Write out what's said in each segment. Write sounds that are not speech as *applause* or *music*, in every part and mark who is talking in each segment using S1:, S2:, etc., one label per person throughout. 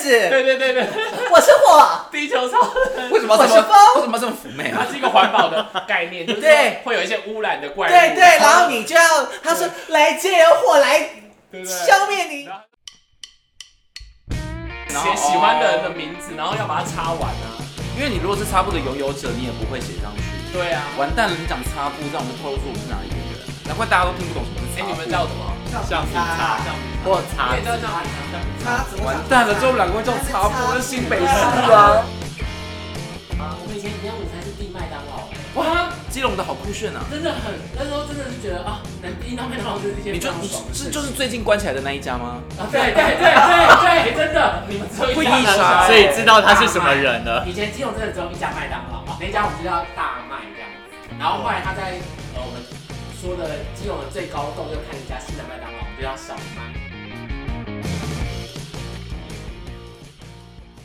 S1: 是，
S2: 对对对 *laughs* 对，
S1: 我是火，
S2: 地球超人，
S3: 为什么
S1: 我
S3: 要这
S1: 是
S3: 么
S1: 风
S3: 为什么要这么妩媚
S2: 它
S3: 啊？
S2: 是一个环保的概念，就是说
S1: 对
S2: 会有一些污染的怪物，
S1: 对对，然后你就要他说来借由火来
S2: 对对对
S1: 消灭你
S2: 然，后
S3: 然后哦
S2: 写喜欢的人的名字，然后要把它擦完啊，
S3: 因为你如果是擦布的拥有者，你也不会写上去。
S2: 对啊，
S3: 完蛋了，你讲擦布，让我们透露出我们是哪里的人，难怪大家都听不懂什么
S2: 哎，
S3: 是擦布。
S2: 你们叫什么？橡皮擦，橡皮
S3: 我
S2: 擦，
S3: 擦
S2: 也，叫橡皮擦，
S1: 他怎么
S3: 完蛋了，之后两个会叫擦布，这是新北市啊！
S4: 啊，我们以前营养午餐是订麦当劳，
S2: 哇，
S3: 基隆的好酷炫啊！
S4: 真的很那时候真的是觉得啊，能订到麦当劳就是一
S3: 你
S4: 件非
S3: 就
S4: 常
S3: 你
S4: 爽的事
S3: 是
S4: 情
S3: 就是最近关起来的那一家吗？
S4: 啊，对对对对对，真的，你们只有
S3: 不一
S4: 一家麦当劳
S3: 家，
S5: 所以知道他是什么人了。
S4: 以前基隆真的只有一家麦当劳，那一家我们就叫大麦这样子。然后后来他在
S2: 哦
S4: 呃我们说的基隆的最高栋又开了一家新的麦当劳，我们就叫小麦。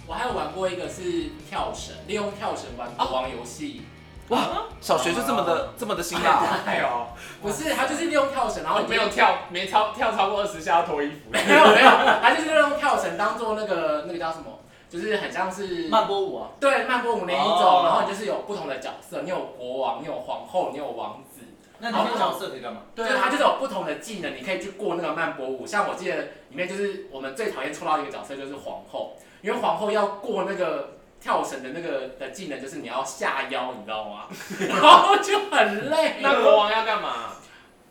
S4: 我还有玩过一个是跳绳，利用跳绳玩国王游戏。
S3: 哇，小学就这么的这么的辛辣啊，
S2: 哎呦，
S4: 不是，他就是利用跳 *laughs* 绳，然
S2: 然后
S4: 后你
S2: 哦没有跳，没超跳超过二十下要脱衣服，
S4: *laughs* 没有没有，他就是用跳绳当做那个那个叫什么，就是很像是
S6: 慢波舞啊，
S4: 对慢波舞那一种，
S6: 哦
S4: 然后你就是有不同的角色，你有国王，你有皇后，你有王子，
S6: 那你那个角色可以干嘛？
S3: 哦
S2: 啊
S4: 对，它就是有不同的技能，你可以去过那个慢波舞。像我记得里面就是我们最讨厌抽到一个角色就是皇后，因为皇后要过那个跳绳的那个的技能，就是你要下腰，你知道
S2: *laughs*
S4: 吗？然后就很累。
S2: 那国王要干嘛？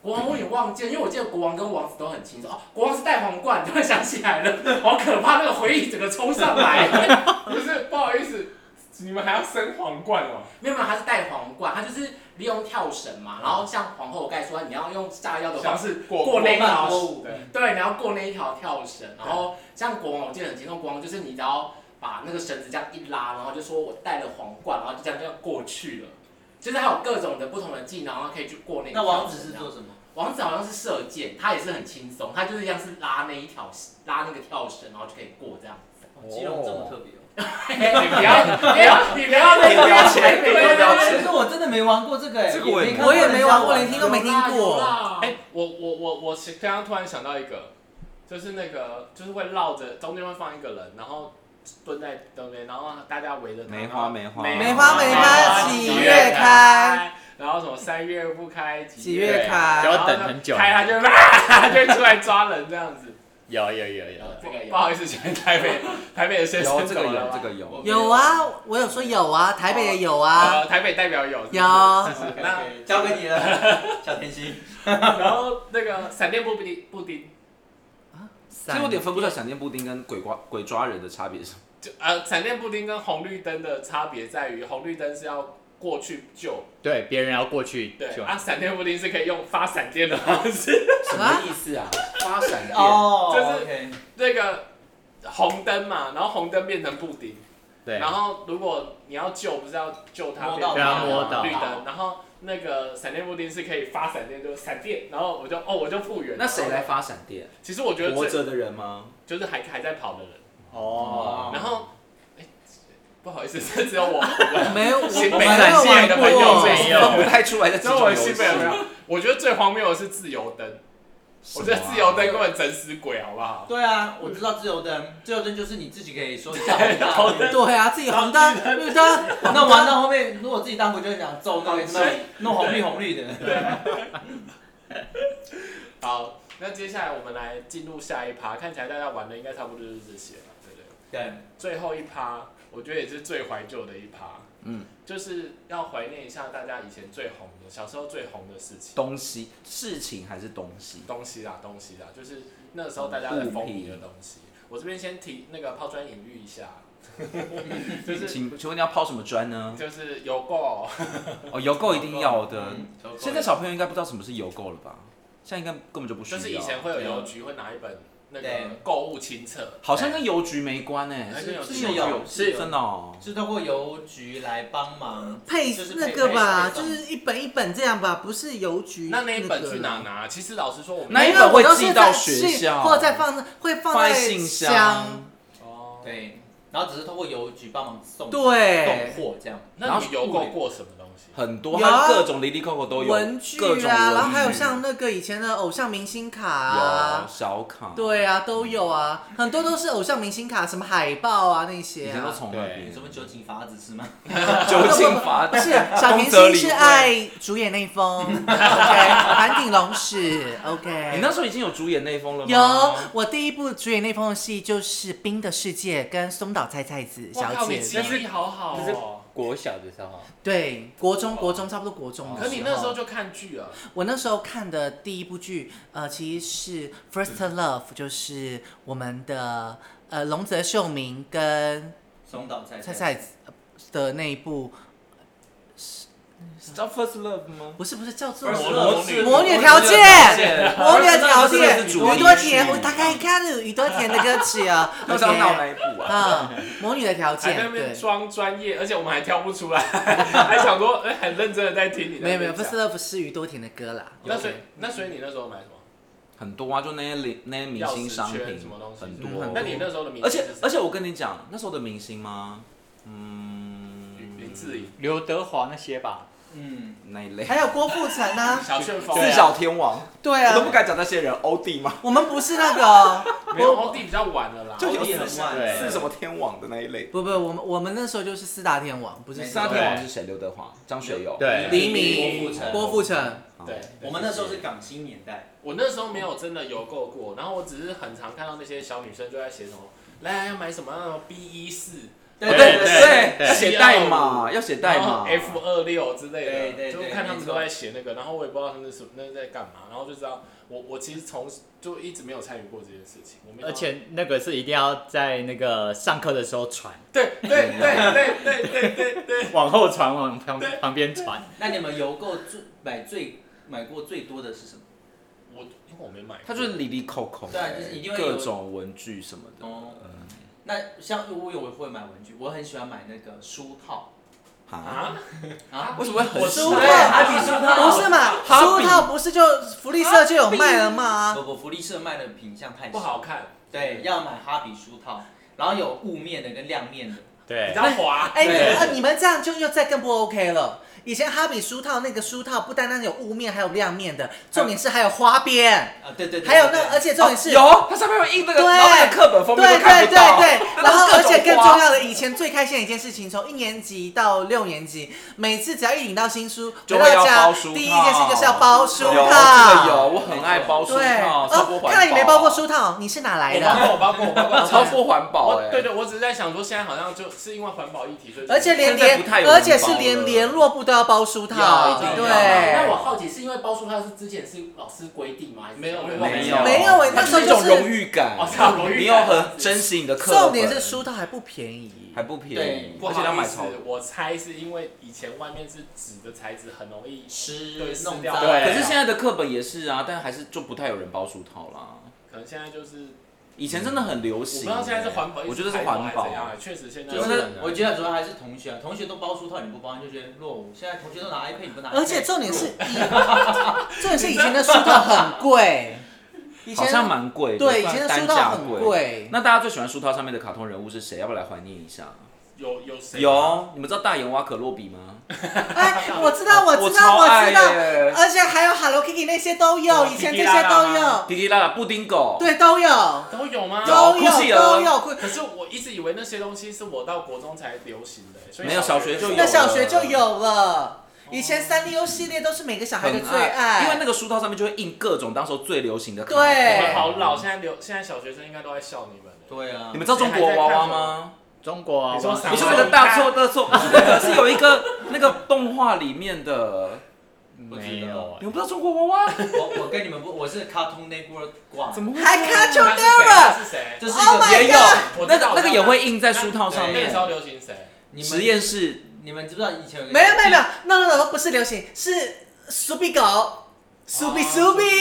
S4: 国王我也忘记了，因为我记得国王跟王子都很轻松哦。国王是戴皇冠，突然想起来了，好可怕，那个回忆整个冲上来。
S2: *laughs* 不是，不好意思，你们还要升皇冠哦。
S4: 没有没有，他是戴皇冠，他就是利用跳绳嘛，然后像皇后我刚才说，你要用下腰的方式
S2: 过
S4: 过那一条
S6: 慢波舞
S2: 对
S4: 对，你要过那一条跳绳，然后像国王，我记得很清楚，国王就是你只要把那个绳子这样一拉，然后就说我戴了皇冠，然后就这样就过去了。就是还有各种的不同的技能，然后可以去过那一
S6: 那
S4: 条
S6: 王子是
S4: 绳这样
S6: 做什么？
S4: 王子好像是射箭，他也是很轻松，他就是一样是拉那一条拉那个跳绳，然后就可以过这样。哎
S6: 基隆这么特别哦。
S2: 你不
S4: *laughs*
S2: 要，
S4: 你不要你不要那个
S3: 标签
S6: 哎
S4: 对对对
S6: 其实我真的没玩过这个哎，
S3: 这个我也没
S6: 看
S1: 我
S6: 过
S1: 也没玩过，连
S6: 人家
S1: 听都没听
S3: 啊
S1: 过。
S2: 哎、我我我我是刚刚突然想到一个，就是那个就是会绕着中间会放一个人，然后蹲在中间，然后大家围着他
S3: 梅花梅花
S1: 梅花梅花几月开？
S2: 开，然后什么三月不开
S1: 几
S2: 几
S1: 月
S5: 然后
S1: 开？
S5: 要等很久
S2: 开他就啊， *laughs* 就会出来抓人这样子。
S5: 有有有有，
S4: 这个
S2: 不好意思，现在台北台北的先生
S3: 有这个有这
S2: 个，
S3: 个有，
S1: 有啊，我有说有啊，台北也有啊，
S2: 呃，台北代表有是不是
S1: 有。
S3: 哦
S2: 那
S6: OK，交给你
S4: *laughs*
S6: 了，小甜心。
S2: 然后那个闪电布丁布丁，
S3: 所以我有点分不出来闪电布丁跟鬼抓鬼抓人的差别是什么。
S2: 就呃，闪电布丁跟红绿灯的差别在于，红绿灯是要过去救，
S5: 对，别人要过去
S2: 对，
S5: 就
S2: 啊，闪电布丁是可以用发闪电的方式， *laughs*
S3: 什么意思啊？
S2: 发闪
S6: 哦，
S2: 就是
S6: OK
S2: 那个红灯嘛，然后红灯变成布丁，
S5: 对，
S2: 然后如果你要救，不是要救它
S6: 摸
S2: 变
S6: 到
S2: 成
S5: 被他摸到
S2: 绿灯，然后那个闪电布丁是可以发闪电，就是闪电，然后我就哦我就复原。
S3: 那谁来？发闪电？
S2: 其实我觉得
S3: 活
S2: 最
S3: 着的人吗？
S2: 就是还还在跑的人，
S5: 哦，
S2: 然后。哎不好意思，这只有我，
S1: 没有，我
S2: 新
S1: 我
S2: 北
S1: 没
S2: 展
S1: 有
S2: 现的朋
S1: 玩
S2: 友
S1: 过。
S5: 没有
S3: 分不太出来的几
S2: 那
S3: 种
S2: 我
S3: 游
S2: 新
S3: 戏
S2: 北。有没有？我觉得最荒谬的是自由灯，我觉得自由灯根本整死鬼，好不好？
S6: 对啊，我知道自由灯，自由灯就是你自己可以说一下。
S1: 对啊，自己红灯、绿灯，
S6: 那玩到后面，如果自己当鬼就很想揍那个
S2: 所以
S6: 弄红绿红绿的。
S2: 好，那接下来我们来进入下一趴，看起来大家玩的应该差不多就是这些了，对不对？
S6: 对，
S2: 最后一趴，我觉得也是最怀旧的一趴，
S3: 嗯，
S2: 就是要怀念一下大家以前最红的，小时候最红的事情，
S3: 东西事情还是东西？
S2: 东西啦，东西啦，就是那时候大家在风靡的东西。
S3: 嗯
S2: 我这边先提那个抛砖引玉一
S3: *laughs*
S2: 下，就是
S3: 请请问你要抛什么砖呢？
S2: 就是有过
S3: 哦，邮购一定要
S4: 啊
S3: 的。
S6: 嗯，
S3: 现在小朋友应该不知道什么是邮购了吧？现在应该根本就不需
S2: 就
S3: 要。
S2: 是以前会有邮局会拿一本那
S6: 对
S2: 个购物清册，
S3: 好像跟邮局没关诶、
S2: 哎
S3: 是
S2: 跟邮局
S3: 邮
S6: 没关
S3: 是真的哦。
S6: 是通过邮局来帮忙。
S1: 配
S6: 就是
S1: 那
S6: 配
S1: 个
S6: 配
S1: 吧，
S6: 配
S1: 就
S6: 送
S1: 是一本一本这样吧，不是邮局
S2: 那那一本
S1: 个
S2: 去哪拿？其实老实说，我们
S3: 那
S1: 没
S3: 一
S1: 有
S3: 本会
S1: 我都是
S3: 寄到
S1: 在
S3: 学
S1: 信
S3: 校
S1: 或者再放会放
S3: 放
S1: 在
S3: 在信箱
S1: 箱
S2: 哦，
S6: 对，然后只是通过邮局帮忙送
S1: 对
S6: 送，货这样。
S2: 那你邮购过什么东西？
S3: 很多，
S1: 有啊
S3: 它各种离离扣扣都有，
S1: 文具
S3: 各种
S1: 啊，然后还有
S3: 文具
S1: 像那个以前的偶像明星卡
S3: 有
S1: 啊，
S3: 小卡，，
S1: 对啊，都有啊，很多都是偶像明星卡，什么海报啊那
S3: 以
S1: 些
S3: 前都
S1: 啊。
S3: 从那
S5: 对
S3: 边
S6: 什么酒井法子是吗？
S3: 酒精法
S2: *laughs*
S1: 不是
S3: *laughs*
S1: 小明星是爱主演内封，OK，坂井龙史
S3: 你
S1: ，OK。
S3: 那时候已经有主演内封了吗？
S1: 有，我第一部主演内封的戏就是《冰的世界》跟松岛菜菜子
S2: 哇
S1: 小
S2: 靠，你记
S1: 姐，
S2: 忆力好好哦。
S5: 国小的时候，
S1: 对，国中国中差不多国中的
S2: 可
S1: 候。
S2: 你那时候就看剧了，
S1: 我那时候看的第一部剧，呃，其实是《First Love》，就是我们的呃龙泽秀明跟
S6: 松岛菜
S1: 菜菜子的那一部，
S3: 叫 First Love 吗？
S1: 不是不是叫做
S6: First
S1: 《
S6: Love
S2: 魔
S6: 是
S1: 魔女条件》，魔
S3: *laughs*
S1: 女条
S3: First Love
S1: 件，
S3: 是主题
S1: 宇多
S3: 曲，
S1: 田，我大概看了宇多田的歌曲啊
S3: 我想到哪
S1: ，OK，
S3: 一部啊？
S1: 啊，魔女的条
S2: 还在那
S1: 件，
S2: 边
S1: 对。
S2: 装专业，而且我们还挑不出来，还想说哎很认真的啊在听你。
S1: 没有没有，《First。Love》是宇多田的歌啦。
S2: 那所以那所以你那时候买什么？
S3: 很多啊，就那些零那些明星商
S2: 钥匙圈
S3: 品
S2: 什么东西
S3: 很
S1: 嗯
S3: 多
S1: 很多。
S2: 那你那时候的名
S3: 而
S2: 字是
S3: 且
S2: 什么？
S3: 而且我跟你讲，那时候的明星吗？嗯，
S2: 林志颖、
S5: 刘德华那些吧，
S6: 嗯，
S3: 那一类
S1: 还有郭富城哎啊，
S2: 小旋风，
S5: 对
S3: 四
S5: 啊
S3: 小天王，
S1: 对
S3: 我都不
S1: 啊，
S3: 敢讲那些人，欧弟吗？
S1: 我们不是那个， *laughs*
S2: 没有欧弟比较晚了啦。
S3: 就有
S6: 欧弟很
S3: 四
S6: 晚
S5: 对
S3: 是什么天王的那一类。
S1: 不不，我们我们那时候就是四大天王，不是
S6: 没
S3: 四
S1: 四
S3: 大
S1: 大
S3: 天王是谁？刘德华、张学友。
S5: 对
S1: 黎明
S6: 郭富城，
S1: 郭富城。
S3: 好
S2: 对，
S6: 我们那时候是港星年代，
S2: 我那时候没有真的邮购过，然后我只是很常看到那些小女生就在写什么，来要买什么那种 B 一四，
S3: 哦
S5: 对
S3: 对
S5: 对
S3: 对，
S5: 对
S3: 要写代码，要写代
S2: 然后
S3: 码。
S2: F 二六之类的，
S6: 对对对
S2: 就看他们都在写那个，然后我也不知道他们是什么那是在干嘛，然后就知道我我其实从就一直没有参与过这件事情，我没有
S5: 而且那个是一定要在那个上课的时候传，
S2: 对对对对对对对对对，
S5: 往后传，往旁旁边传。
S6: 那你们邮购最买最买过最多的是什么？
S2: 我因为我没买过，
S3: 他就是里里扣扣，
S6: 对啊就是一定会有
S3: 各种文具什么的。
S6: 哦，那像我有我会买文具，我很喜欢买那个书套
S3: 啊？
S2: 啊，
S6: 啊，
S3: 为什么会很
S1: 书
S3: 少
S1: 套
S6: 对还比书套
S1: 不是嘛？书套不是就福利社就有卖了吗？
S6: 我我福利社卖的品相太少
S2: 不好，看，
S6: 对，要买哈比书套，然后有雾面的跟亮面的，
S2: 比
S5: 对，
S2: 较滑，
S1: 哎，你
S5: 对
S1: 呃你们这样就又再更不 OK 了。以前哈比书套那个书套不单单有雾面，还有亮面的，重点是还有花边，
S6: 啊，对对对，
S1: 还有那
S6: 对
S1: 个而且重点是
S3: 哦有，它上面会印那个，
S1: 对
S3: 然后那个课本
S1: 对
S3: 封面
S1: 对
S3: 都看
S1: 对
S3: 不到。 *laughs*
S1: 对，
S3: 它
S1: 然后
S3: 各
S1: 而
S3: 种
S1: 且更
S3: 花
S1: 重要的，以前最开心的一件事情，从一年级到六年级，每次只要一领到新书，
S3: 就
S1: 回
S3: 会
S1: 到
S3: 要
S1: 家
S3: 包书套
S1: 第一件事就是要包书
S3: 有这
S1: 套，
S3: 个有，我很爱包书
S1: 对，
S3: 套，超不
S1: 哦
S3: 环保。，
S1: 看来你没包过书套，你是哪来
S2: 我
S1: 的？
S2: 包过我包过我包过，
S3: 超不环保
S2: 我
S3: 哎。
S2: 对对，我只是在想说，现在好像就是因为环保议题，所以
S1: 而且连
S3: 现在不太
S1: 联，
S3: 有人
S1: 而且是
S3: 包
S1: 连
S3: 了
S1: 联络部都要包书
S3: 要
S1: 套，
S3: 一定
S2: 要
S1: 对
S4: 那。我好奇是因为包书它是之前是老师规定吗？还是
S2: 没有
S4: 我也忘了
S3: 没有
S1: 没有哎
S3: 它
S1: 那时候
S3: 是一
S1: 就
S3: 种
S1: 是
S3: 荣誉感
S2: 哦，是啊荣誉感
S3: 你要很珍惜你的课本。
S1: 重点是书套还不便宜
S3: 还，不便宜，
S2: 不
S3: 而且要
S2: 好意
S3: 买
S2: 思
S3: 超，
S2: 我猜是因为以前外面是纸的材质，很容易
S6: 湿
S2: 对撕
S6: 弄
S2: 掉
S1: *laughs*
S6: 脏，
S1: 啊
S5: 对
S3: 可是现在的课本也是啊，但还是就不太有人包书套啦。
S2: 可能现在就是，我
S3: 以前真的很
S2: 嗯
S3: 流
S2: 不
S3: 行，欸
S2: 知道现在是环保意识
S3: 我觉得是
S2: 抬头
S3: 环
S2: 还
S3: 保
S2: 怎。样，啊确实现在
S6: 就是是我觉得主要还是同学啊，同学都包书套，你不包你就觉得弱。现在同学都拿 iPad，你不拿 iPad，
S1: 而且重点是以， *laughs* 重点是以前的书套很贵，以
S3: 好
S1: 前
S3: 像蛮贵的，
S1: 对以
S3: 算
S1: 前的
S3: 单
S1: 书
S3: 价
S1: 套很。贵。
S3: 那大家最喜欢书套上面的卡通人物是谁？要不要来怀念一下？
S2: 有有谁
S3: 有，你们知道大眼蛙可洛比
S1: *laughs*
S3: 吗？
S1: 哎，我知道，我知道，
S3: 超
S1: 我
S3: 爱
S1: 知道，
S3: 耶！
S1: 而且还有 Hello Kitty 那些都有，
S2: 哦
S1: 以前这
S2: Tiki
S1: 些都
S2: Lala
S1: 有
S2: 吗，
S3: 迪迪拉拉布丁狗，
S1: 对，都有，
S2: 都有吗？
S3: 有
S1: 都
S3: 酷企
S1: 有，
S3: 鹅
S1: 都有。
S2: 可是我一直以为那些东西是我到国中才流行的，所以
S3: 没有小学就有
S1: 那
S3: 了
S1: 小学就有了，以前三丽鸥系列都是每个小孩的
S3: 很呃
S1: 最爱，
S3: 因为那个书套上面就会印各种当时候最流行的卡通。
S1: 对
S2: 我们好老，现在流现在小学生应该都在笑你们了。
S6: 对啊，
S3: 你们知道中国娃娃吗？
S5: 中国啊，
S2: 你说
S5: 我
S2: 啥
S3: 不是那个大错特错，不 *laughs* 是那个是有一个那个动画里面的，
S6: 不知道
S5: 没有
S1: 啊
S3: 你，们不知道中国娃娃？
S6: 我我跟你们不，我是 Cartoon Network 挂，
S3: 怎么会这样？
S1: 还 c a r
S2: 他
S1: t
S2: 是谁？
S1: Network
S2: 他。是谁？啊
S6: 就是
S1: Oh
S6: 一
S1: my
S6: 个
S3: 也有
S1: god，
S2: 我知
S3: 那
S2: 道
S3: 个那个也会印在书套上
S2: 那个时
S3: 面。
S2: 候流行谁？
S6: 你
S3: 实
S6: 们
S3: 验室
S6: 你们知不知道以前有个
S1: 没有没有没有，那那那不是流行，是苏比狗，苏比苏
S6: 那
S1: 比。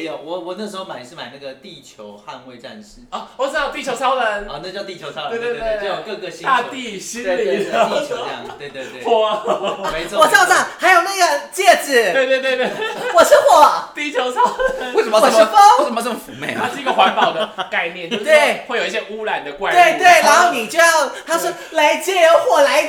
S6: 也有，我我那时候买是买那个地球捍卫战
S1: *laughs*
S6: 士，
S2: 啊，我知道地球超
S3: 哦
S2: 人、
S6: 啊，那叫地球超人，
S2: 对对
S6: 对
S2: 对
S6: 就有各个星球，
S2: 大地心
S6: 对对对，
S2: 灵，
S6: 地球这样，对对对，
S2: 火，
S6: 没错，
S1: 我知道，
S6: 没
S1: 我知道
S6: 错，
S1: 还有那个戒指，
S2: 对对对对，
S1: 我是
S2: *laughs*
S1: 火，
S2: 地球超
S3: 为什么
S1: 我
S3: 要这
S1: 是
S3: 么
S1: 风
S3: 为什么要这么妩媚
S2: *laughs*
S3: 啊
S2: 它？是一个环保的概念，就是
S1: 对
S2: 会有一些污染的怪物。
S1: 对对，然后你就要，他说来借由火来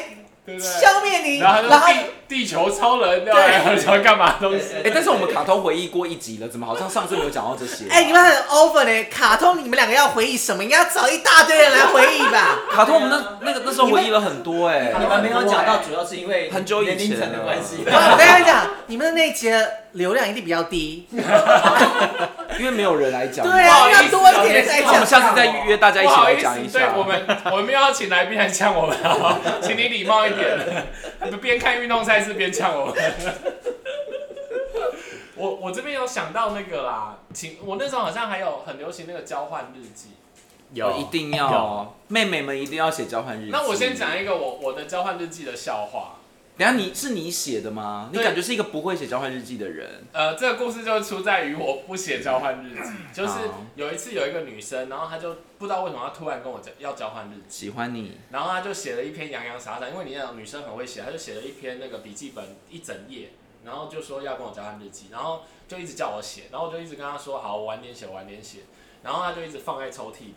S2: 对不对？
S1: 消灭你，
S2: 然后
S1: 然
S2: 他
S1: 后
S2: 说地地球超人，对吧？你要干嘛东西？
S3: 哎、但是我们卡通回忆过一集了，怎么好像上次没有讲到这些？
S1: *laughs* 哎、你们很 over 呢、卡通你们两个要回忆什么？应该要找一大堆人来回忆吧。
S2: *laughs*
S3: 卡通我们那那个那时候回忆了很多哎、
S6: 你们没有讲到，主要是因为
S3: 很久以前
S6: 年龄层的关系。
S1: 我跟你讲，你们的那一节流量一定比较低。
S3: 因为没有人来讲。
S1: 对啊，
S2: 不好意
S1: 要
S2: 思
S1: 多一点人来
S3: 那我们
S1: 讲。
S3: 下次再约大家一
S2: 不
S3: 起
S2: 好
S3: 来
S2: 意
S3: 讲一
S2: 思，
S3: 下。
S2: 对我们， *laughs* 我们要请来宾来呛我们哦，请你礼貌一点， *laughs* 你们边看运动赛事边呛我们。 *laughs* 我我这边有想到那个啦，请我那时候好像还有很流行那个交换日记。
S3: 我
S5: 有
S3: 一定要，妹妹们一定要写交换日记。
S2: 那我先，讲一个我我的交换日记的笑话。
S3: 等一下你是你写的吗？你
S2: 对
S3: 感觉是一个不会写交换日记的人。
S2: 呃，这个故事就出在于我不写交换日记，就是
S3: 好
S2: 有一次有一个女生，然后她就不知道为什么她突然跟我讲要交换日记，
S3: 喜
S2: *laughs*
S3: 欢你，
S2: 然后她就写了一篇洋洋洒洒，因为你那种女生很会写，她就写了一篇那个笔记本一整页，然后就说要跟我交换日记，然后就一直叫我写，然后我就一直跟她说好，我晚点写，我晚点写，然后她就一直放在抽屉里，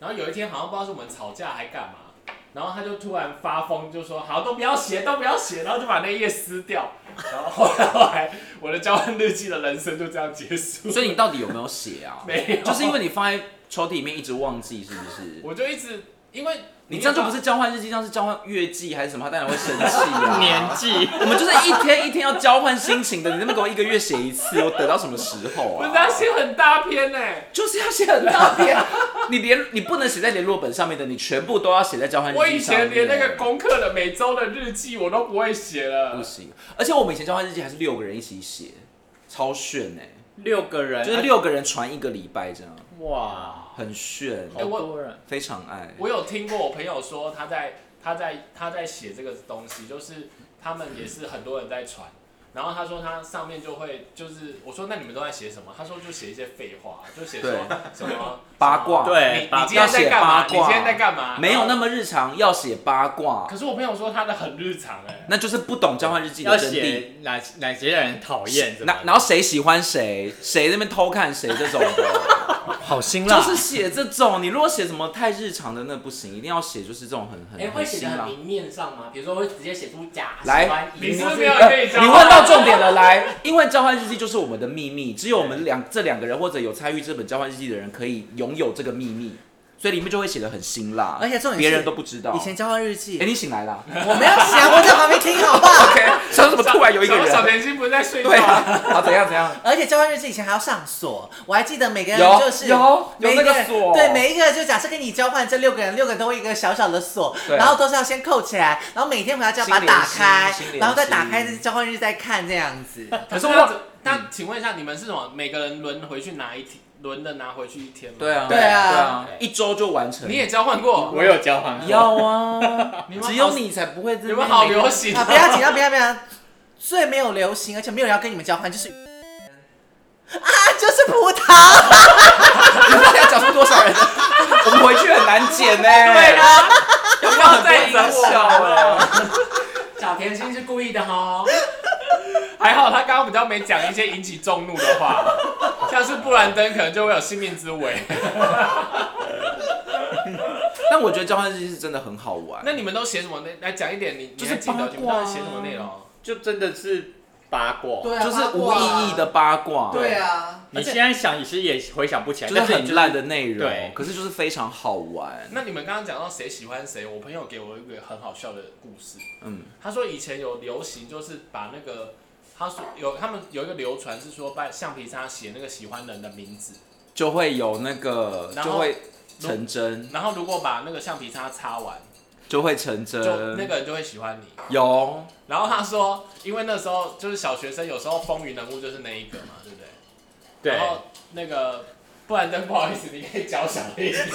S2: 然后有一天好像不知道是我们吵架还干嘛。然后她就突然发疯，就说：“好，都不要写，都不要写。”然后就把那页撕掉。然后后来后来我的交换日记的人生就这样结束。
S3: 所以你到底有没有写啊？
S2: 没有，
S3: 就是因为你放在抽屉里面一直忘记，是不是？
S2: 我就一直因为
S3: 你这样就 *laughs* 不是交换日记，这样是交换月季还是什么？他当然会生气 *laughs* 啊。
S5: 年纪，
S3: 我们就是一天一天要交换心情的，你那么给我一个月写一次，我等到什么时候
S2: 不
S3: *laughs* 啊
S2: 是？要写很大篇呢、
S3: 就是要写很大篇， *laughs* 你连你不能写在联络本上面的，你全部都要写在交换日
S2: 我
S3: 记
S2: 以
S3: 上面。
S2: 前连那个功课的每周的日记我都不会写了
S3: 不。行，而且我们以前交换日记还是六个人一起写，超炫哎、
S5: 六个人，
S3: 就是六个人传一个礼拜这样，
S5: 哇，
S3: 很炫，
S5: 好多人，
S3: 非常爱。
S2: 哎我有听过我朋友说他在他在他在写这个东西，就是他们也是很多人在传。然后他说他上面就会就是我说那你们都在写什么？他说就写一些废话，就写说
S3: 对
S2: 什么
S3: *laughs* 八卦
S2: 你
S5: 对，
S2: 你
S5: 八
S2: 今天在干嘛？你今天在干嘛？
S3: 没有那
S2: 么。
S3: 么日常，要写八卦，
S2: 可是我朋友说他的很日常哎、
S3: 那就是不懂交换日记
S5: 要
S3: 的真谛。
S5: 写哪哪些人讨厌，
S3: 那然后谁喜欢谁，谁那边偷看谁这种的，
S5: 好辛
S3: 就是写这种。你如果写什么太日常的那不行，一定要写就是这种很很
S4: *laughs* 哎，会
S3: 很
S4: 写
S3: 辛
S4: 的
S3: 辣
S4: 很。明面上吗？比如说会直接写出假喜
S3: 来
S4: 欢
S2: 你
S4: 赢
S2: 是
S4: 或
S2: 不
S4: 是
S2: 是没有
S3: 呃
S2: 可以交
S3: 你
S2: 换？
S3: 问到重点了，来，因为交换日记就是我们的秘密，只有我们两这两个人或者有参与这本交换日记的人可以拥有这个秘密，所以里面就会写的很辛辣，
S1: 而且重点是
S3: 别人都不知道。
S1: 以前交换日记，
S3: 哎、你醒来了
S1: 我没有写，我在旁边听，好不好？
S3: ，OK，想说怎么突然有一个
S2: 小小
S3: 人？
S2: 甜心不是在睡觉
S3: 对啊，好，怎样怎样？
S1: 而且交换日记以前还要上锁，我还记得每个人
S3: 有
S1: 就是
S3: 有有
S1: 每一
S3: 那个
S1: 人
S3: 锁
S1: 对每一个就假设跟你交换这六个人，六个人都会一个小小的锁，
S3: 对
S1: 然后都是要先扣起来，然后每天回到家把它打开
S3: 心联系心联，系
S1: 然后再打开交换日记再看这样
S3: *laughs*
S1: 子。啊
S2: 可是
S3: 可是我
S2: 我，那请问一下，你们是什么？每个人轮回去拿一天，轮着拿回去一天吗？
S3: 对啊，
S1: 对啊
S3: 一周就完成。
S2: 你也交换过？
S5: 我有交换过，
S3: 要啊，
S2: 你们好
S3: 只有你才不会这
S2: 你
S3: 边
S2: 们好
S3: 每天
S2: 流行
S1: 啊，不
S2: *laughs*
S1: 要紧张，不要不要，最没有流行，而且没有人要跟你们交换，就是啊， *laughs* 就是葡萄，
S3: 你们要讲出多少人？啊 *laughs* 我们回去很难剪呢。
S2: 对
S3: 啊，
S2: 啊，
S3: 有没
S2: 不要再整我
S3: 了？
S4: 小甜心是故意的哦。
S2: 还好他刚刚比较没讲一些引起众怒的话， *laughs* 像是布兰登可能就会有性命之危。
S3: 但我觉得交换日记是真的很好玩。
S2: *laughs* 那你们都写什么内？来讲一点，你你还记
S3: 就是八
S2: 得
S3: 卦啊
S2: 你们到底写什么内容？
S5: 就真的是八卦。
S1: 对啊，
S3: 就是
S1: 八
S3: 无
S1: 卦啊
S3: 意义的，八卦，
S1: 对，啊，
S5: 你现在想，其实也回想不起来，
S3: 就是
S5: 但是你
S3: 很烂的内容，
S5: 对
S3: 可是就是非常好玩。
S2: 那你们刚刚讲到谁喜欢谁，我朋友给我一个很好笑的故事。
S3: 嗯，
S2: 他说以前有流行，就是把那个他说有他们有一个流传是说，把橡皮擦写那个喜欢人的名字，
S3: 就会有那个，
S2: 然后
S3: 就会成真，
S2: 然后如果把那个橡皮擦擦完，
S3: 就会成
S2: 就那
S3: 真。
S2: 个人就会喜欢你。
S3: 有，
S2: 然后他说，因为那时候就是小学生，有时候风云人物就是那一个嘛，对不对？
S5: 对
S2: 然后那个布兰登，不好意思，你可以教小一
S3: *laughs*
S2: 点，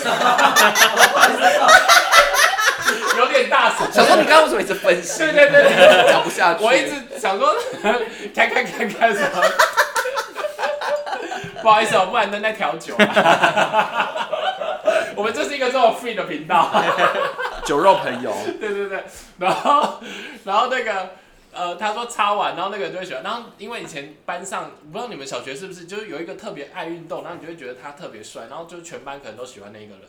S2: 有点大声。
S3: 小时候你刚刚为什么一直分析？
S2: 对对对对，
S3: *laughs* 讲不下去。
S2: 我一直想说， *laughs* 看看看看什么。 *laughs* 不好意思哦，布兰登在调酒啊。 *laughs* 我们就是一个这种 free 的频道。
S3: 酒肉朋友，
S2: *laughs* 对对对，然后然后那个呃，他说擦完，然后那个人就会喜欢。然后因为以前班上，不知道你们小学是不是，就是有一个特别爱运动，然后你就会觉得他特别帅，然后就全班可能都喜欢那一个人。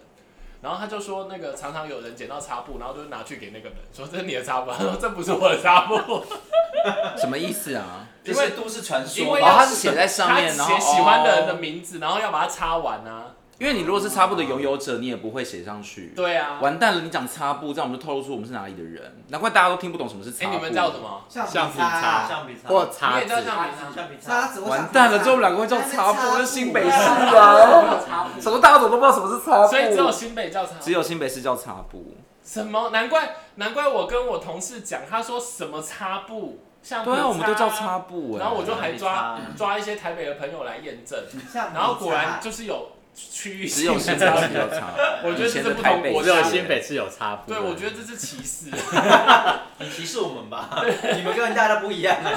S2: 然后他就说那个常常有人捡到擦布，然后就拿去给那个人说这是你的擦布， *laughs* 他说这不是我的擦布，
S3: 什么意思啊？
S6: 这是都市传
S2: 因
S6: 说
S2: 为
S3: 哦
S5: 啊
S2: 要
S6: 吧？
S3: 他是写在上面
S2: 他
S3: 然后
S2: 写喜欢的人的
S3: 哦
S2: 名字，然后要把它擦完啊。
S3: 因为你如果是擦布的拥有者，你也不会写上去。
S2: 对啊，
S3: 完蛋了，你讲擦布，这样我们就透露出我们是哪里的人，难怪大家都听不懂什么是
S2: 哎、
S3: 擦布。
S2: 你们叫什？么？
S7: 橡
S5: 橡皮
S7: 皮擦，
S6: 橡皮擦，
S5: 或叉
S2: 你也知道
S5: 子，
S2: 橡皮擦
S6: 橡皮
S7: 沙
S6: 擦，
S1: 啊
S7: 子，我想
S3: 完蛋了，之后我们两个会叫擦布，跟新北市啊。什么大家怎么都不知道什么是擦布？
S2: 所以只有新北叫擦。
S3: 只有新北市叫擦布。
S2: 什么？难怪难怪我跟我同事讲，他说什么擦布，像
S3: 对啊，我们都叫擦。布哎。
S2: 然后我就还抓
S6: 橡皮
S2: 抓一些台北的朋友来验
S6: *laughs*
S2: 证，
S7: 橡皮擦
S2: 然后果然就是有区域
S3: 只
S2: 性
S3: 有
S2: 的
S3: 新北
S2: 差别
S3: 市叫擦布，
S2: 我觉得
S3: 以前
S2: 这
S3: 的
S2: 不
S3: 台
S2: 同
S3: 北
S2: 国
S5: 只有
S2: 家
S5: 新北是有差不多
S2: 对，
S5: 的。
S2: 我觉得这是歧视。
S6: *laughs* 你歧视我们
S7: *laughs*
S6: 吧？你们跟大家不一样哎。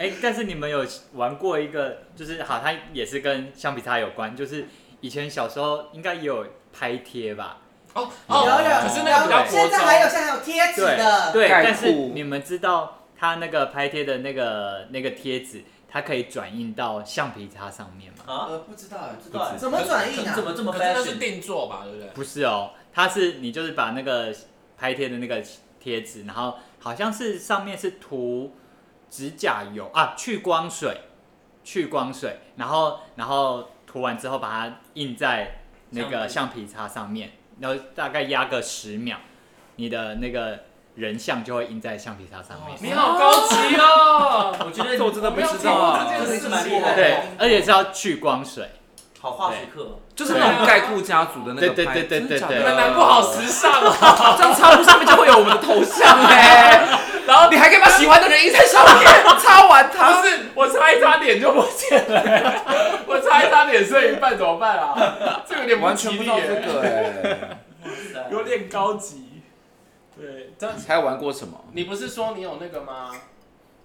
S5: 哎、但是你们有玩过一个，就是好，它也是跟橡皮擦有关，就是以前小时候应该也有拍贴吧？
S2: 哦
S7: 有有
S2: 哦，可是那个比较国
S7: 现在还有
S2: 中，
S7: 现在有贴纸
S5: 对
S7: 的，
S5: 对，
S3: 盖
S5: 但是
S3: 裤
S5: 你们知道它那个拍贴的那个那个贴纸，它可以转印到橡皮擦上面吗？
S6: 啊，
S7: 呃，不知道哎，
S6: 不知道哎
S7: 怎么转印啊
S6: 怎么这么
S2: 可是那是
S6: fashion？
S2: 定做吧，对不对？
S5: 不是哦，它是你就是把那个拍贴的那个贴纸，然后好像是上面是涂指甲油啊，去光水，去光水，然后然后涂完之后把它印在那个橡皮擦上面，然后大概压个十秒，你的那个人像就会印在橡皮擦上面。
S2: 你好高级哦，
S6: 我觉得
S3: 这我真的不
S2: 没有
S3: 知
S2: 听
S3: 道
S2: 过
S3: 啊，
S2: 这件
S6: 这
S2: 事
S6: 是蛮厉
S2: 情
S6: 害的
S5: 对，而且是要去光水，
S6: 好化学课，
S3: 就是那种盖库家族的那个
S5: 对对
S3: 拍
S5: 对对
S3: 真的假的
S5: 对
S2: 你
S5: 对
S2: 们南部好时尚 *laughs* 哦。
S3: 这样擦布上面就会有我们的头 *laughs* 像哎，然后你还可以把喜欢的人印在上面， *laughs* 擦完它
S2: 不。是，我擦一擦脸就不见了、 *laughs* 我擦一擦脸剩一半怎么办啊？这有点
S3: 完
S2: 吉
S3: 全不
S2: 利
S3: 知道
S2: 耶
S3: 这个哎、
S2: 有点高级。对，但
S3: 还有玩过什么？
S2: 你不是说你有那个吗？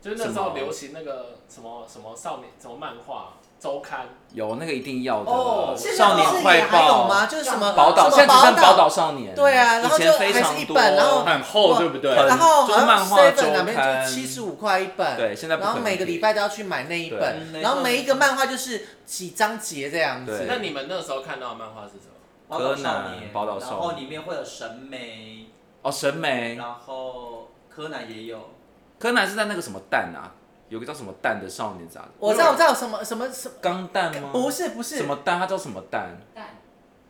S2: 就是那时
S3: 什
S2: 候
S3: 么
S2: 流行那个什么什么少年什么漫画周刊，
S3: 有那个一定要的、
S7: 哦，现在
S3: 少
S7: 不
S3: 年
S7: 是也
S3: 快
S7: 还有
S3: 报》
S7: 吗？就是什么
S3: 宝岛，
S7: 什
S3: 现
S7: 么
S3: 在只剩
S7: 宝
S3: 宝岛少年。
S7: 对啊然后
S3: 以前
S7: 就
S3: 非
S7: 还
S3: 常
S7: 是一
S3: 多，
S7: 本然后
S5: 很厚，对不对？
S3: 很
S7: 然后
S3: 就是漫
S7: 好像
S3: 画
S7: seven 啊那
S3: 周刊
S7: 边就七十五块一本，
S3: 对现在不可
S7: 然
S3: 能
S7: 后每个礼拜都要去买那一本，
S6: 对
S7: 然后每一个漫画就是几章节这样子
S3: 对。
S2: 那你们那时候看到的漫画是什么？
S3: 柯南
S6: 宝
S3: 宝
S6: 岛
S3: 岛
S6: 少年，然
S3: 少年
S6: 后里面会有神眉，
S3: 哦，神眉，
S6: 然后柯南也有，
S3: 柯南是在那个什么蛋啊，有个叫什么蛋的少年杂志，
S7: 我知道，我知道什么什么什么，
S3: 钢蛋吗？
S7: 不是不是
S3: 什，么蛋，它叫什么蛋？
S8: 蛋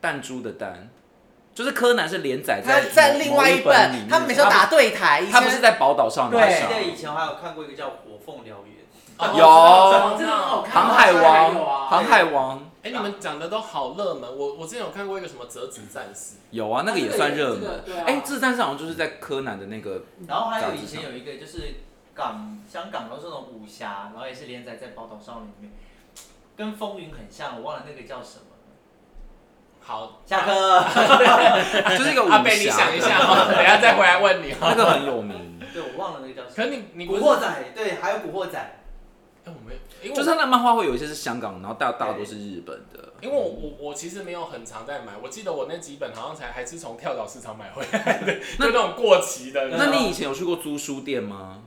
S3: 弹珠的蛋，就是柯南是连载
S7: 他
S3: 在
S7: 在另外一
S3: 某本里面，
S7: 本，他们每次都打对台，以
S3: 他不是
S7: 前
S3: 在宝岛少
S6: 我
S3: 年
S6: 记
S3: 上，
S6: 得以前我还有看过一个叫《火凤燎原》，
S3: 有
S2: 哦
S4: 这个很好看
S3: 航海
S4: 还
S3: 王
S4: 有，啊
S3: 航海王
S2: 哎、你们讲的都好热门。我我之前有看过一个什么折纸战士，
S3: 有啊，那个也算热
S4: 这个
S3: 门。
S4: 对啊
S3: 哎，这战士好像就是在柯南的
S2: *laughs*
S3: 那个
S6: 然后还有以前有一个就是港香港都是那种武侠，然后也是连载在《宝岛少年》里面，跟风云很像，我忘了那个叫什么了。
S2: 好，
S6: 下课。
S3: 就是一个武侠。
S2: 阿贝，你想一下哦，
S3: *laughs*
S2: 等一下再回来问你
S3: 那
S2: 哦。
S3: 个很有名，
S6: 对，我忘了那个叫什
S2: 可
S6: 么。
S2: 是你你不
S6: 古
S2: 是
S6: 惑仔，对，还有古惑仔。
S2: 哎、我没有，因为我
S3: *laughs* 就是他的漫画会有一些是香港，然后大大多是日本的。
S2: 因为我我我其实没有很常在买，我记得我那几本好像才还是从跳蚤市场买回来的，就那种过期的。
S3: 那你以前有去过租书店吗？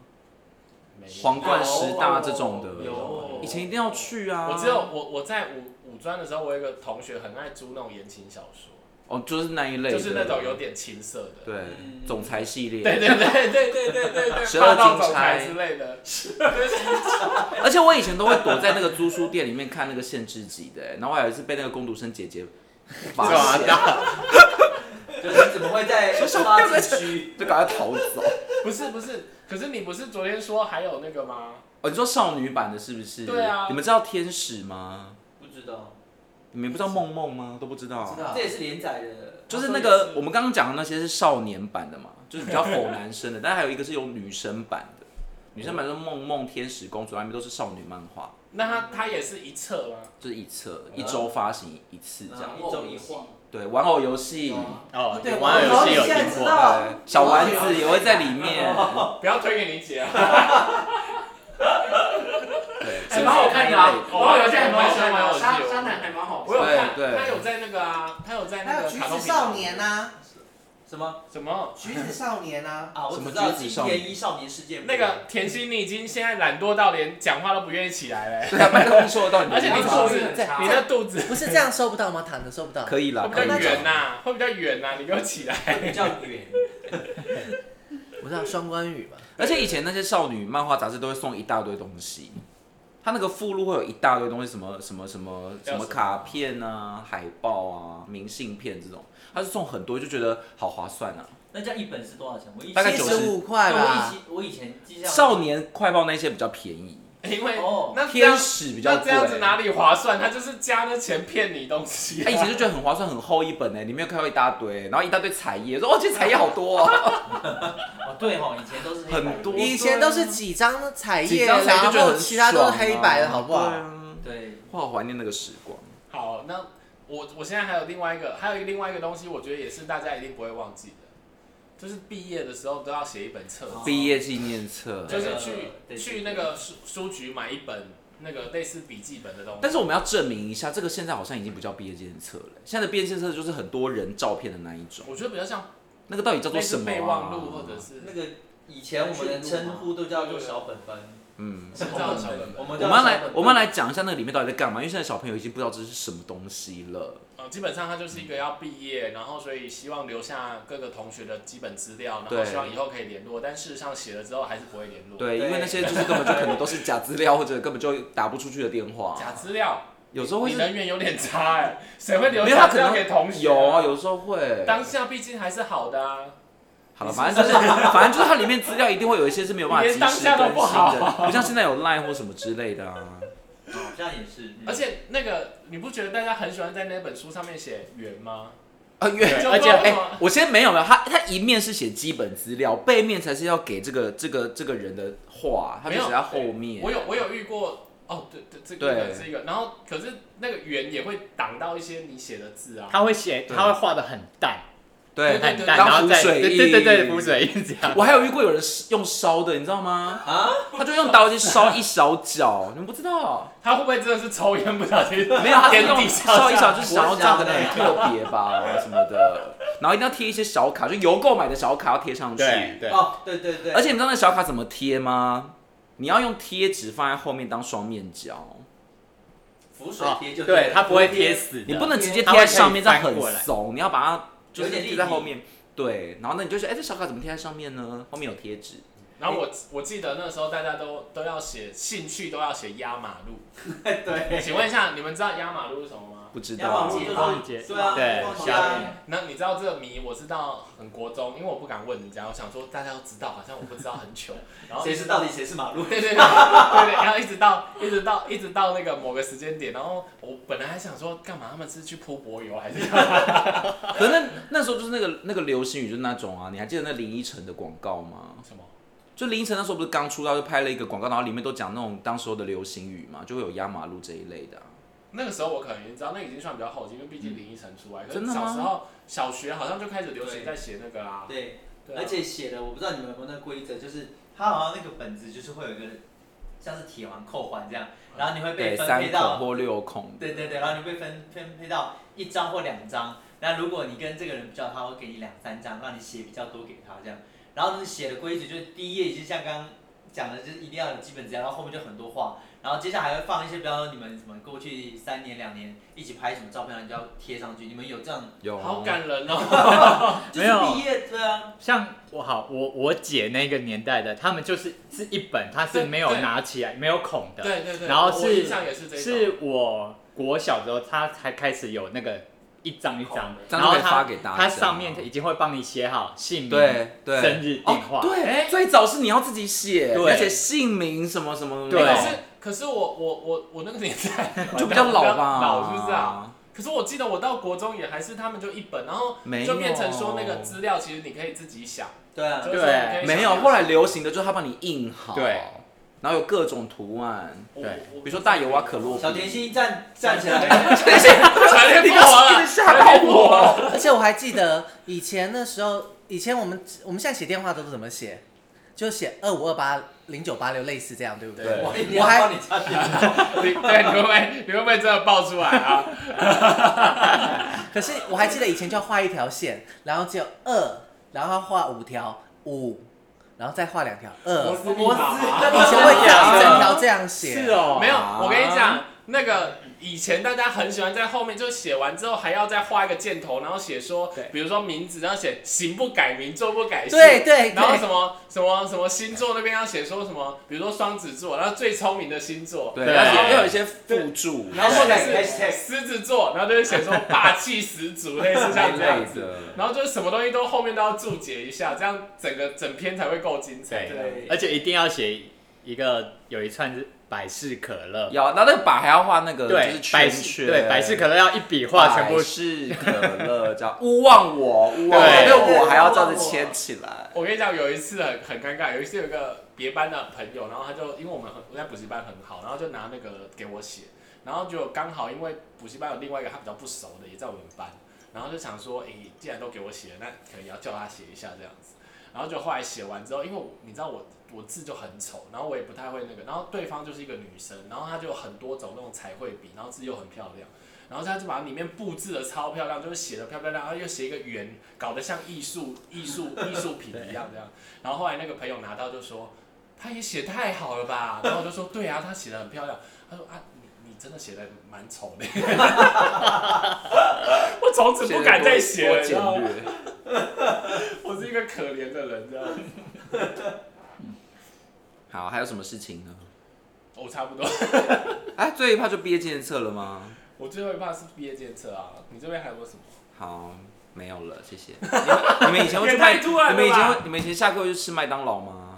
S2: 没有
S3: 皇冠十大这种
S2: 有
S3: 的，以前一定要去啊。
S2: 我只有我我在五五专的时候，我有一个同学很爱租那种言情小说，
S3: 哦，就是那一类的，
S2: 就是那种有点情色的。
S3: 对
S6: 嗯
S3: 总裁系列，
S2: 对对对对对对对对，
S3: 十
S2: 霸
S3: 二
S2: 道总
S3: 金钗
S2: 裁之类的。
S3: 而且我以前都会躲在那个租书店里面看那个限制级的、欸然后还有一次被那个工读生
S2: *laughs*
S3: 姐姐发现，
S6: 就是你怎么会在垃圾区？
S3: 就赶快逃走。
S2: 不是不是，可是你不是昨天说还有那个吗？
S3: 哦，你说少女版的是不是？
S2: 对啊
S3: 你们知道天使吗？
S6: 不知道，
S3: 你们不知道梦梦吗？都不知道。啊
S7: 知道
S6: 这也是连载的。
S3: 就是那
S4: 啊
S3: 个我们刚刚讲的那些是少年版的嘛，就是比较否男生的，但还有一个是有女生版的，女生版就是梦梦天使公主，那边都是少女漫画，
S2: 那他他也是一册吗？
S3: 就是一册一周发行一次这样
S6: 嗯。一周一晃，
S3: 对，玩偶游戏，
S4: 嗯
S5: 哦，
S7: 对
S5: 玩
S7: 玩
S5: 游
S7: 偶
S5: 戏有
S7: 游戏
S5: 听
S7: 知
S5: 过。
S7: 道
S3: 对，小丸子也会在里面。
S2: 不要推给你姐啊！
S3: 对，
S2: 哎
S4: *laughs* 蛮好看的啊，
S2: 我
S4: 我有些还蛮
S2: 蛮
S4: 喜
S2: 喜欢
S4: 欢的，
S2: 沙
S4: 沙沙
S2: 沙
S4: 男还蛮好
S2: 我有看，
S3: 对对
S2: 他有在那个啊，他有在
S7: 还
S2: 那
S7: 有
S2: 个
S7: 橘
S2: 卡通
S7: 子哦
S2: 频道
S7: 少年啊，
S6: 什么
S2: 什么？
S7: 橘子少年啊，
S6: 啊？我
S3: 什
S6: 只
S3: 么
S6: 知道
S3: 橘子
S6: 金
S3: 少
S6: 田一少年世界杯
S2: 那个甜心，你已经现在懒惰到连讲话都不愿意起来了欸，
S3: 对啊，麦克风收得
S2: *laughs*
S3: 到你的
S2: 而且
S3: 地
S2: 你
S3: 方
S2: 肚
S3: 吗，
S2: 子
S4: 很差，
S2: 你的肚子
S7: *laughs* 不是这样收不到吗？躺着收不到。
S3: 可以啦，
S2: 会比
S3: 可以
S2: 较
S3: 啦。
S2: 远呐，会比较远呐，你给我起来。
S6: 比较远，
S7: 我知道双关语嘛，
S3: 而且以前那些少女漫画杂志都会送一大堆东西，它那个附录会有一大堆东西，什么什么什么
S2: 叫什
S3: 什么
S2: 么
S3: 卡片啊、海报啊、明信片这种，它是送很多，就觉得好划算啊。
S6: 那这样一本是多少钱？我以前
S3: 大概
S7: 七
S3: 90
S7: 十五块
S6: 对我以
S7: 吧。
S6: 前我以前记下
S3: 少年快报那些比较便宜，
S2: 因为
S6: 哦
S2: 那这样
S3: 天使比较
S2: 那
S3: 贵。
S2: 这样子哪里划算？他就是加那钱骗你东西
S3: 他、以
S2: 啊。
S3: 前就觉得很划算，很厚一本呢、你没有看到一大堆，然后一大堆彩页，说哦，这彩页好多、
S7: *laughs*
S3: 哦，
S6: 哦，对哦，以前都是黑白的
S3: 很多
S7: 以前都是几张彩
S3: 几
S7: 页，
S3: 张彩页就
S7: 然
S3: 觉得
S7: 后
S3: 很
S7: 其他都是
S3: 爽啊
S7: 黑白的，好不
S3: 对
S7: 好？
S3: 啊
S6: 对，
S3: 我好怀念那个时光。
S2: 好，那我我现在还有另外一个，还有一个另外一个东西，我觉得也是大家一定不会忘记的，就是毕业的时候都要写一本册子，
S6: 哦
S3: 毕业纪念册，
S2: 就
S6: 那
S2: 是
S6: 个
S2: 去
S6: 对
S2: 去那个书书局买一本那个类似笔记本的东西。
S3: 但是我们要证明一下，这个现在好像已经不叫毕业纪念册了，现在的毕业纪念册就是很多人照片的那一种，
S2: 我觉得比较像
S3: 那个到底叫做
S2: 类似
S3: 什么、啊？
S2: 备忘录，或者是
S6: 那个以前我们的称呼都叫做小本本，
S3: 嗯，
S2: 是这样的小本
S6: 我
S2: 本。
S6: 们
S3: 我
S6: 叫
S3: 们要
S6: 小
S3: 来
S6: 本本
S3: 我们要来讲一下那个里面到底在干嘛，因为现在小朋友已经不知道这是什么东西了。
S2: 呃，基本上它就是一个要毕业，然后所以希望留下各个同学的基本资料，然后
S3: 对
S2: 希望以后可以联络。但事实上写了之后还是不会联络。，
S3: 对，
S6: 对
S3: 因为那些就是根本就可能都是假资料，或者根本就打不出去的电话。
S2: *laughs* 假资料
S3: 有时候会
S2: 你
S3: 是，
S2: 人缘有点差哎、谁会留
S3: 没有他
S2: 下
S3: 可
S2: 这样
S3: 能
S2: 给同学？
S3: 有啊，有时候会。
S2: 当下毕竟还是好的啊。
S3: 好了，反正就是反正就是它里面资料一定会有一些是没有办法及
S2: 连
S3: 时
S2: 当下 *laughs*
S3: 更新的，
S2: 都不好
S3: 不像现在有 Line 或什么之类
S2: *laughs*
S3: 的啊。
S6: 好像也是，嗯
S2: 而且那个你不觉得大家很喜欢在那本书上面写圆吗？
S3: 啊，越
S2: 就
S5: 而且
S2: 不知道为
S3: 哎、
S2: 什么
S3: 我先没有没有，他他一面是写基本资料，背面才是要给这个这个这个人的话，他就
S2: 没有
S3: 写在后面。
S2: 我有我有遇过哦，对对，这
S3: 对
S2: 个也是一个。然后可是那个圆也会挡到一些你写的字啊。
S5: 他会写，
S3: 对
S5: 他会画的很淡，
S3: 对
S2: 对
S5: 很
S2: 对
S5: 淡，
S3: 当
S5: 然后
S3: 浮
S5: 再
S3: 水
S5: 对对对对，
S3: 印
S5: 浮水印这样。
S3: 我还有遇过有人是用烧的，你知道吗？啊，他就用刀去烧一小角，你们不知道？
S2: 他会不会真的是抽烟不小心
S3: *laughs* 没有，他
S2: *laughs*
S3: 是
S2: 点
S3: 用
S2: 底下
S3: 烧一
S2: 下？
S3: 小，就是想要这样可能很特别吧，什么的。然后一定要贴一些小卡，就邮购买的小卡要贴上去。
S5: 对对，
S6: 哦，对对对，
S3: 而且你知道那小卡怎么贴吗？你要用贴纸放在后面当双面胶。
S6: 浮水
S5: 哦
S6: 贴就
S5: 对
S6: 了
S5: 他不会贴，死的，
S3: 你不能直接贴在上面，这样很怂，你要把它就
S6: 有
S3: 是
S6: 点立
S3: 贴在后面。对，然后那你就说，哎、这小卡怎么贴在上面呢？后面有贴纸，
S2: 然后我我记得那时候大家都都要写兴趣，都要写压马
S3: *laughs*
S2: 路。
S6: 对，
S2: 请问一下，你们知道压马路是什么吗？
S3: 不知
S6: 要
S3: 道
S6: 忘。记
S5: 忘记
S6: 对啊，
S5: 对
S6: 忘记
S5: 下
S6: 啊
S5: 面，
S2: 那你知道这个谜？我知道很国中，因为我不敢问人家，我想说大家都知道，好像我不知道很
S3: *laughs*
S2: 糗。然后
S6: 谁是到底谁是马路？
S2: *laughs* 对对对对对，然后一直到一直到一直到那个某个时间点，然后我本来还想说干嘛他们是去扑柏油还是干嘛？
S3: 可能那时候就是那个那个流星雨，就是那种啊，你还记得那林依晨的广告吗？
S2: 什么？
S3: 就林依晨那时候不是刚出道就拍了一个广告，然后里面都讲那种当时候的流星雨嘛，就会有压马路这一类的啊、
S2: 那个时候我可能已经知道，那个已经算比较后期，因为毕竟林依晨出来，可
S3: 真
S2: 是
S3: 的吗
S2: 小时候小学好像就开始流行在写那个啦、
S6: 对，
S2: 对啊
S6: 而且写的我不知道你们有没有那个规则，就是它好像那个本子就是会有一个像是铁环扣环这样，然后你会被
S3: 对，
S6: 分
S3: 三
S6: 配
S3: 孔
S6: 到，
S3: 或六孔的。
S6: 对对对，然后你被分分配到一张或两张，那如果你跟这个人比较好，他会给你两三张，让你写比较多给他这样。然后呢，写的规矩就是第一页就像刚刚讲的，就是一定要有基本资料，然后后面就很多话，然后接下来还会放一些，比方说你们什么过去三年两年一起拍什么照片，你就要贴上去。你们有这样，
S3: 有
S2: 好
S3: 啊，
S2: 感人哦！
S6: 就是
S5: 没有
S6: 毕业对啊，
S5: 像我好，我我姐那个年代的，他们就是是一本，它是没有
S2: 对对
S5: 拿起来，没有孔的。
S2: 对对对，
S5: 然后
S2: 我
S5: 是
S2: 印象也是这一种
S5: 是我国小时候，它才开始有那个一张一张的，
S3: 这
S5: 然
S3: 样就
S5: 后
S3: 可以发
S5: 它
S3: 给大家。
S5: 它上面已经会帮你写好姓名、
S3: 对对
S5: 生日、电话。
S3: 哦，对，最早是你要自己写，
S5: 对
S3: 而且姓名什么什么，
S5: 对
S2: 可是可是我我我我那个年代
S3: *laughs* 就比较老吧，
S2: 老是不是啊？？可是我记得我到国中也还是他们就一本，然后
S3: 没有
S2: 就变成说那个资料其实你可以自己想，
S6: 对啊
S2: 就。是说你可以想
S3: 没有，后来流行的就是他帮你印好，
S5: 对，
S3: 然后有各种图案，
S2: 我
S5: 对
S2: 我
S3: 比如说大有啊可洛，
S6: 小甜心站站起来，
S2: 传给
S3: 你不
S2: 我
S3: 要一
S2: 了，
S3: 直吓到我，
S7: 而且我还记得以前那时候，以前我们我们现在写电话都是怎么写？就写二五二八零九八六类似这样，对不
S2: 对
S7: 对？
S6: 我一定
S7: 我
S6: 要
S7: 还
S6: 帮你差点。
S2: *laughs* 你啊对，你会不会你会不会真的爆出来啊？
S7: 可是我还记得以前就要画一条线，然后只有二，然后画五条五，然后再画两条二。以
S4: 摩斯密码嘛，
S7: 前会这样一整条这样写，
S3: 是哦，
S2: 没有，我跟你，讲，那个以前大家很喜欢在后面，就是写完之后还要再画一个箭头，然后写说
S3: 对，
S2: 比如说名字，然后写行不改名，坐不改姓，
S7: 对对
S2: 然后
S7: 对
S2: 什，么什么什么星座那边要写说什么，比如说双子座，然后最聪明的星座，
S3: 对，
S2: 然
S3: 要
S2: 后
S3: 有要有一些辅助，
S2: 然后或者是
S6: Hashtag，hashtag
S2: 狮子座，然后就会写说霸气十足，类似像这样
S3: 类
S2: 子。
S3: 的。
S2: 然后就是什么东西都后面都要注解一下，这样整个整篇才会够精彩。
S5: 对
S2: 对，
S5: 而且一定要写一个有一串是百事可乐，
S3: 要，然后那个把还要画那个就
S5: 对
S3: 是，
S5: 百
S3: 圈
S5: 事
S3: 圈，
S5: 对百事可乐要一笔画全
S3: 百
S5: 部
S3: 事可乐这样，勿忘我，勿忘我，
S5: 对
S3: 那我还要这样子牵起来。
S2: 我跟你讲，有一次很很尴尬，有一次有一个别班的朋友，然后他就因为我们很我在补习班很好，然后就拿那个给我写，然后就刚好因为补习班有另外一个他比较不熟的也在我们班，然后就想说，诶、既然都给我写了，那可能也要叫他写一下这样子。然后就后来写完之后，因为我你知道我我字就很丑，然后我也不太会那个，然后对方就是一个女生，然后她就有很多种那种彩绘笔，然后字又很漂亮，然后她就把里面布置的超漂亮，就是写的漂漂亮，然后又写一个圆，搞得像艺术艺术艺术品一样这样。然后后来那个朋友拿到就说，她也写太好了吧？然后我就说，对啊，她写的很漂亮。他说啊，你你真的写的蛮丑的， *laughs* 我从此不敢再写了，
S3: 多
S2: 你知
S3: 简
S2: 道吗？
S3: 略。
S2: 我是一个可怜的人，这样。
S3: 好，还有什么事情呢？
S2: 我差不多，
S3: 哎，最怕就毕业纪念册了吗？
S2: 我最后一怕是毕业检测啊。你这边还有什么？
S3: 好，没有了，谢谢。你们你们以前会去麦，
S2: 也太突然
S3: 你
S2: 了吧
S3: 们以前会，你们以前下课会去吃麦当劳吗？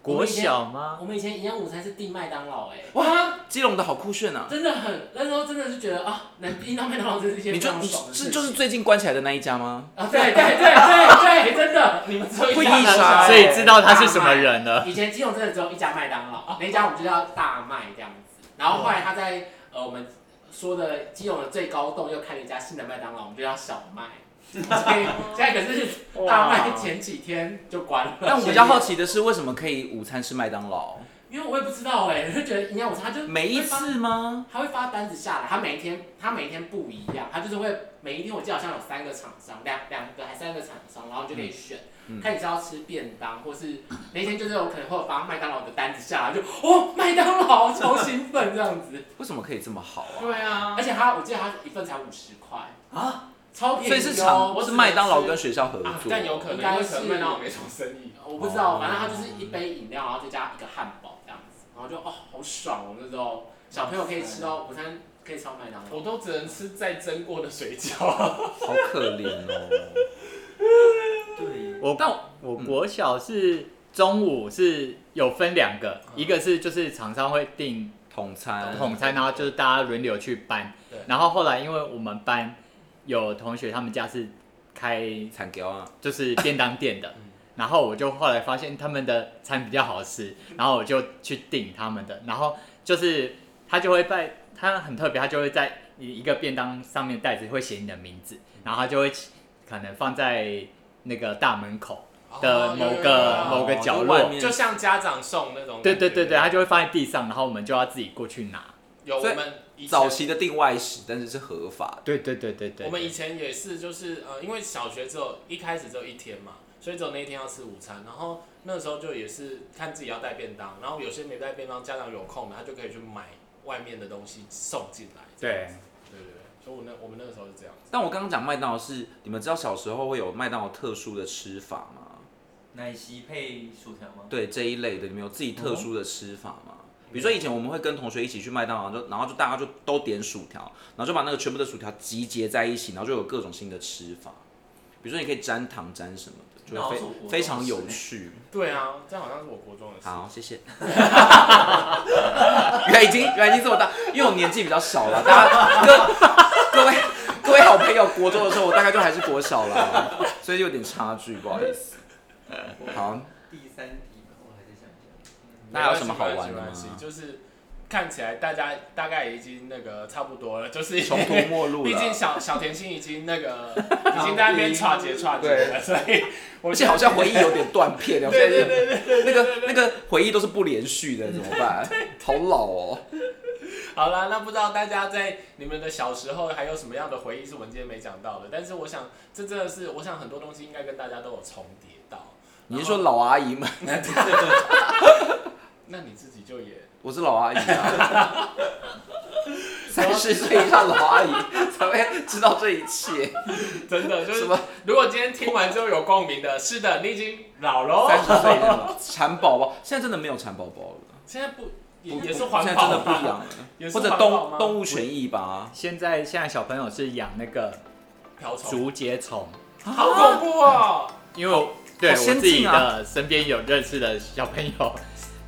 S5: 国小吗？
S4: 我们以前营养午餐是订麦当劳，哎，
S3: 哇，基隆的好酷炫啊！
S4: 真的很那时候真的是觉得啊，能订到麦当劳真是一件
S3: 你
S4: 非
S3: 就
S4: 常
S3: 你
S4: 爽的
S3: 是
S4: 事
S3: 就
S4: 情。
S3: 是最近关起来的那一家吗？
S4: 啊，对对对对对，真的，你们只有
S3: 会啊
S4: 一
S3: 一
S4: 家麦当
S3: 杀
S4: 劳，
S5: 所以知道他是什么人了。
S4: 以前基隆真的只有一家麦当劳，那一家我们就叫大麦这样子。然后后来他在呃我们说的基隆的最高栋又开了一家新的麦当劳，我们就叫小麦。所以现在可是大麦前几天就关了。
S3: 但我比较好奇的是，为什么可以午餐吃麦当劳？
S4: 因为我也不知道哎、我就觉得营养午餐他就
S3: 每一
S4: 会发
S3: 次吗？
S4: 他会发单子下来，他每一天他每一天不一样，他就是会每一天我记得好像有三个厂商，两两个还三个厂商，然后你就可以选，
S3: 嗯嗯
S4: 看你是要吃便当，或是那天就是有可能会有发麦当劳的单子下来，就哦麦当劳超兴奋这样子。
S3: 为什么可以这么好啊？
S4: 对啊，而且他我记得他一份才五十块啊，超便宜、哦。
S3: 所以是厂
S4: 我
S3: 是
S4: 只能
S3: 麦当劳
S4: 吃
S3: 跟学校合
S2: 啊
S3: 作，，
S2: 但有可能，
S4: 应该
S2: 因为可能
S4: 是
S2: 麦当劳没什么生意。
S4: 我不知
S3: 哦
S4: 道，反正它就是一杯饮料，然后再加一个汉堡这样子，然后就哦好爽哦那时候小朋友可以吃到午餐可以超麦当劳。
S2: 我都只能吃再蒸过的水饺。
S3: 好可怜哦。
S6: 对，
S5: 我
S3: 但
S5: 我国小是中午是有分两个，一个是就是厂商会订
S3: 统
S5: *laughs*
S3: 餐，
S5: 统餐，然后就是大家轮流去搬
S2: 对。
S5: 然后后来因为我们班有同学他们家是开
S3: 餐给啊，
S5: 就是便当店的，然后我就后来发现他们的餐比较好吃，然后我就去订他们的，然后就是他就会在他很特别，他就会在一个便当上面袋子会写你的名字，然后他就会可能放在那个大门口的某个
S2: 哦
S5: 某个角
S3: 就外
S5: 落，
S3: 面
S2: 就像家长送那种。
S5: 对对对对，，他就会放在地上，然后我们就要自己过去拿。
S2: 有我
S3: 所以
S2: 们以前
S3: 早期的定外食，但是是合法
S5: 对对对对对，
S2: 我们以前也是，就是呃，因为小学只有一开始只有一天嘛，所以只有那一天要吃午餐。然后那时候就也是看自己要带便当，然后有些没带便当，家长有空的他就可以去买外面的东西送进来。
S5: 对
S2: 对对对，所以我那我们那个时候是这样子。
S3: 但我刚刚讲麦当劳是，你们知道小时候会有麦当劳特殊的吃法吗？
S6: 奶昔配薯条吗？
S3: 对这一类的，你们有自己
S6: 嗯
S3: 特殊的吃法吗？比如说以前我们会跟同学一起去麦当劳，就然后就大家就都点薯条，然后就把那个全部的薯条集结在一起，然后就有各种新的吃法。比如说你可以沾糖沾什么的，就
S6: 那我
S3: 会
S6: 是我国中
S3: 非非常
S6: 吃
S3: 有趣。
S2: 对啊，这好像是我国中的事。
S3: 好，谢谢。 *laughs* 原来已经原来已经这么大，因为我年纪比较小了，大家各各位各位好朋友，国中的时候我大概就还是国小了，所以有点差距，不好意思。好，
S6: 第三题吧，我还在想一下。
S3: 那还有什么好玩的吗
S2: 没关系没关系就是看起来大家大概已经那个差不多了，就是
S3: 穷途末路
S2: *laughs* 毕
S3: 了。
S2: 竟小小甜心已经那
S3: *laughs*
S2: 个已经在那边串节串节了，所以我
S3: 而
S2: 现
S3: 且
S2: 在
S3: 好像回忆有点断
S2: *laughs*
S3: 片，我
S2: 对
S3: 现
S2: 对
S3: 在
S2: 对对，
S3: 那个那个回忆都是不连续的，怎么
S2: *laughs*
S3: 办？好老哦。
S2: 好了，那不知道大家在你们的小时候还有什么样的回忆是我们今天没讲到的？但是我想这真的是，我想很多东西应该跟大家都有重叠到。
S3: 你是说老阿姨们？
S2: 那你自己就也 *laughs*
S3: 我是老阿姨啊，三十岁以上老阿姨才会知道这一切。
S2: 真的就
S3: 什
S2: 是
S3: 么，
S2: 如果今天听完之后有共鸣的，是的，你已经老
S3: 三
S2: 喽
S3: 十。岁以上老蚕宝宝，现在真的没有蚕宝宝了，
S2: 现在不也
S3: 不
S2: 也是环
S3: 现在
S2: 保
S3: 真的不一
S2: 吗
S3: 样了
S2: 也，是
S3: 或者
S2: 环保
S3: 动
S2: 吗
S3: 动物权益吧。
S5: 现在现在小朋友是养那个
S2: 瓢虫，
S5: 竹节虫，
S2: 好恐怖哦！
S5: 因为我对、
S3: 好
S5: 我
S3: 先
S5: 自己
S3: 进啊
S5: 的身边有认识的小朋友，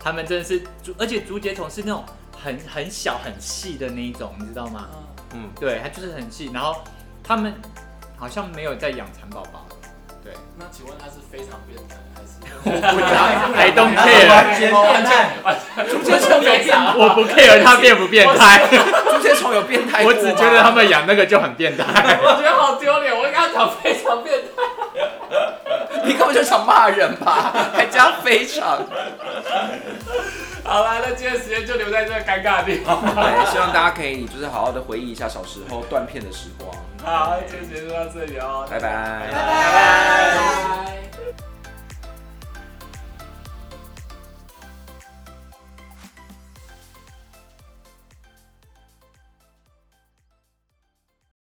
S5: 他们真的是竹，而且竹节虫是那种很很小很细的那一种，你知道吗？
S3: 嗯，
S5: 对，它就是很细，然后他们好像没有在养蚕宝宝，对，
S2: 那请问它是非常变态还是？
S5: I don't
S6: 他们
S5: care，
S6: 完全变态，
S3: 竹节虫有变，
S5: 我不 care 它变不变态，
S3: 竹节虫有变态啊
S5: 我
S3: 过吗，
S5: 只觉得他们养那个就很变态。
S2: 我觉得好丢脸，我跟他讲非常变态。
S3: 你根本就想骂人吧，还加非常。
S2: *laughs* 好啦，那今天时间就留在这个尴尬的地方。
S3: 对，希望大家可以就是好好的回忆一下小时候断片的时光。
S2: 好，今天节目到这里哦，
S3: 拜拜。
S6: 拜拜。